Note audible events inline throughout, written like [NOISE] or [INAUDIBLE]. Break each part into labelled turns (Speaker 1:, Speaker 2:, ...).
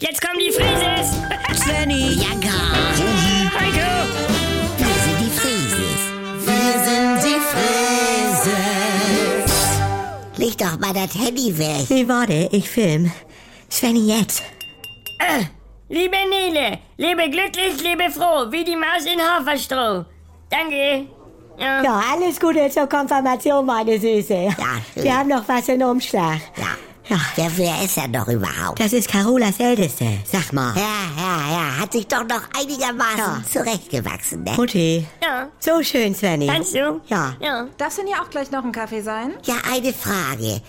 Speaker 1: Jetzt kommen die Frises! [LAUGHS]
Speaker 2: Svenny,
Speaker 3: Ja, gar.
Speaker 1: Heiko!
Speaker 3: Wir sind die Frieses.
Speaker 2: wir sind die Frises.
Speaker 3: Leg doch mal das Handy weg.
Speaker 4: Nee, warte, ich film. Svenny, jetzt.
Speaker 1: Liebe Nele, lebe glücklich, lebe froh, wie die Maus in Haferstroh. Danke. Ja.
Speaker 4: Ja, alles Gute zur Konfirmation, meine Süße.
Speaker 3: Ja, schön.
Speaker 4: Wir haben noch was in Umschlag.
Speaker 3: Ja.
Speaker 4: Ja.
Speaker 3: Wer, wer ist er doch überhaupt?
Speaker 4: Das ist Carolas Älteste. Sag mal.
Speaker 3: Ja, ja, ja. Hat sich doch noch einigermaßen zurechtgewachsen, ne?
Speaker 4: Mutti.
Speaker 1: ja.
Speaker 4: So schön, Svenny.
Speaker 1: Kannst du?
Speaker 4: Ja.
Speaker 1: Ja.
Speaker 5: Darf denn ja auch gleich noch ein Kaffee sein?
Speaker 3: Ja, eine Frage.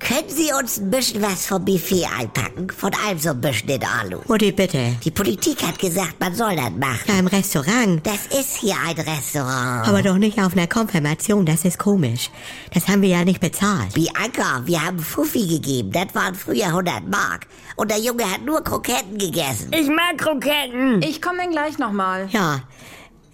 Speaker 3: Können Sie uns ein bisschen was vom Buffet einpacken? Von allem so ein bisschen in Alu.
Speaker 4: Mutti, bitte.
Speaker 3: Die Politik hat gesagt, man soll das machen.
Speaker 4: Ja, im Restaurant.
Speaker 3: Das ist hier ein Restaurant.
Speaker 4: Aber doch nicht auf einer Konfirmation, das ist komisch. Das haben wir ja nicht bezahlt.
Speaker 3: Bianca, wir haben Fuffi gegeben. Das waren früher 100 Mark. Und der Junge hat nur Kroketten gegessen.
Speaker 1: Ich mag Kroketten.
Speaker 5: Ich komme dann gleich nochmal.
Speaker 4: Ja.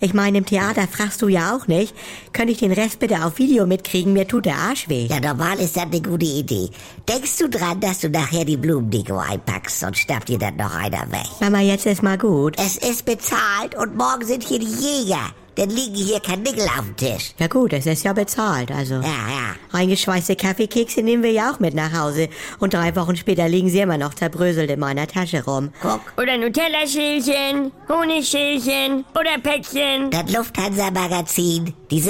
Speaker 4: Ich meine, im Theater fragst du ja auch nicht. Könnte ich den Rest bitte auf Video mitkriegen? Mir tut der Arsch weh.
Speaker 3: Ja, normal ist das eine gute Idee. Denkst du dran, dass du nachher die Blumendeko einpackst und schnappt dir dann noch einer weg?
Speaker 4: Mama, jetzt ist mal gut.
Speaker 3: Es ist bezahlt und morgen sind hier die Jäger. Dann liegen hier Kanickel auf dem Tisch.
Speaker 4: Ja gut, es ist ja bezahlt, also.
Speaker 3: Ja, ja.
Speaker 4: Eingeschweißte Kaffeekekse nehmen wir ja auch mit nach Hause. Und drei Wochen später liegen sie immer noch zerbröselt in meiner Tasche rum.
Speaker 3: Guck,
Speaker 1: Oder Nutella-Schälchen, Honigschälchen oder Päckchen.
Speaker 3: das Lufthansa-Magazin, die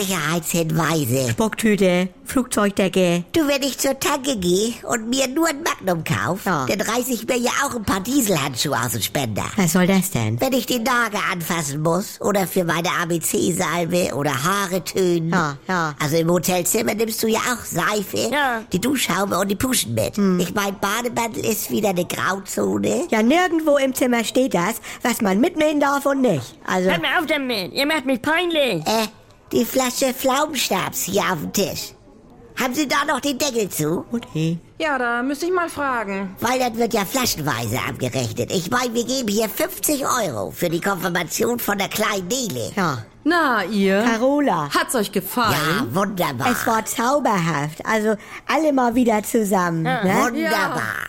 Speaker 3: Sicherheitshinweise.
Speaker 4: Bocktüte, Flugzeugdecke.
Speaker 3: Du, wenn ich zur Tanke gehe und mir nur ein Magnum kauf,
Speaker 4: Ja.
Speaker 3: dann reiß ich mir ja auch ein paar Dieselhandschuhe aus dem Spender.
Speaker 4: Was soll das denn?
Speaker 3: Wenn ich die Nagel anfassen muss oder für meine ABC-Salbe oder Haare tönen.
Speaker 4: Ja, ja.
Speaker 3: Also im Hotelzimmer nimmst du ja auch Seife,
Speaker 1: Ja.
Speaker 3: die Duschhaube und die Puschen mit.
Speaker 4: Hm.
Speaker 3: Ich mein, Bademantel ist wieder eine Grauzone.
Speaker 4: Ja, nirgendwo im Zimmer steht das, was man mitnehmen darf und nicht. Also,
Speaker 1: Hört mal auf damit, ihr macht mich peinlich.
Speaker 3: Äh, die Flasche Pflaumenstabs hier auf dem Tisch. Haben Sie da noch den Deckel zu?
Speaker 4: Mutti.
Speaker 5: Ja, da müsste ich mal fragen.
Speaker 3: Weil das wird ja flaschenweise abgerechnet. Ich mein, wir geben hier 50 Euro für die Konfirmation von der kleinen Nele.
Speaker 4: Ja,
Speaker 5: Na, ihr?
Speaker 4: Carola.
Speaker 5: Hat's euch gefallen?
Speaker 3: Ja, wunderbar.
Speaker 4: Es war zauberhaft. Also, alle mal wieder zusammen. Ne?
Speaker 3: wunderbar.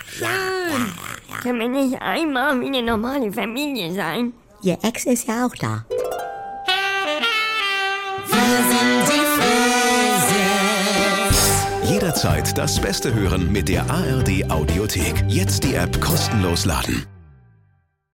Speaker 1: Können wir nicht einmal wie eine normale Familie sein?
Speaker 4: Ihr Ex ist ja auch da.
Speaker 6: Jederzeit das Beste hören mit der ARD Audiothek. Jetzt die App kostenlos laden.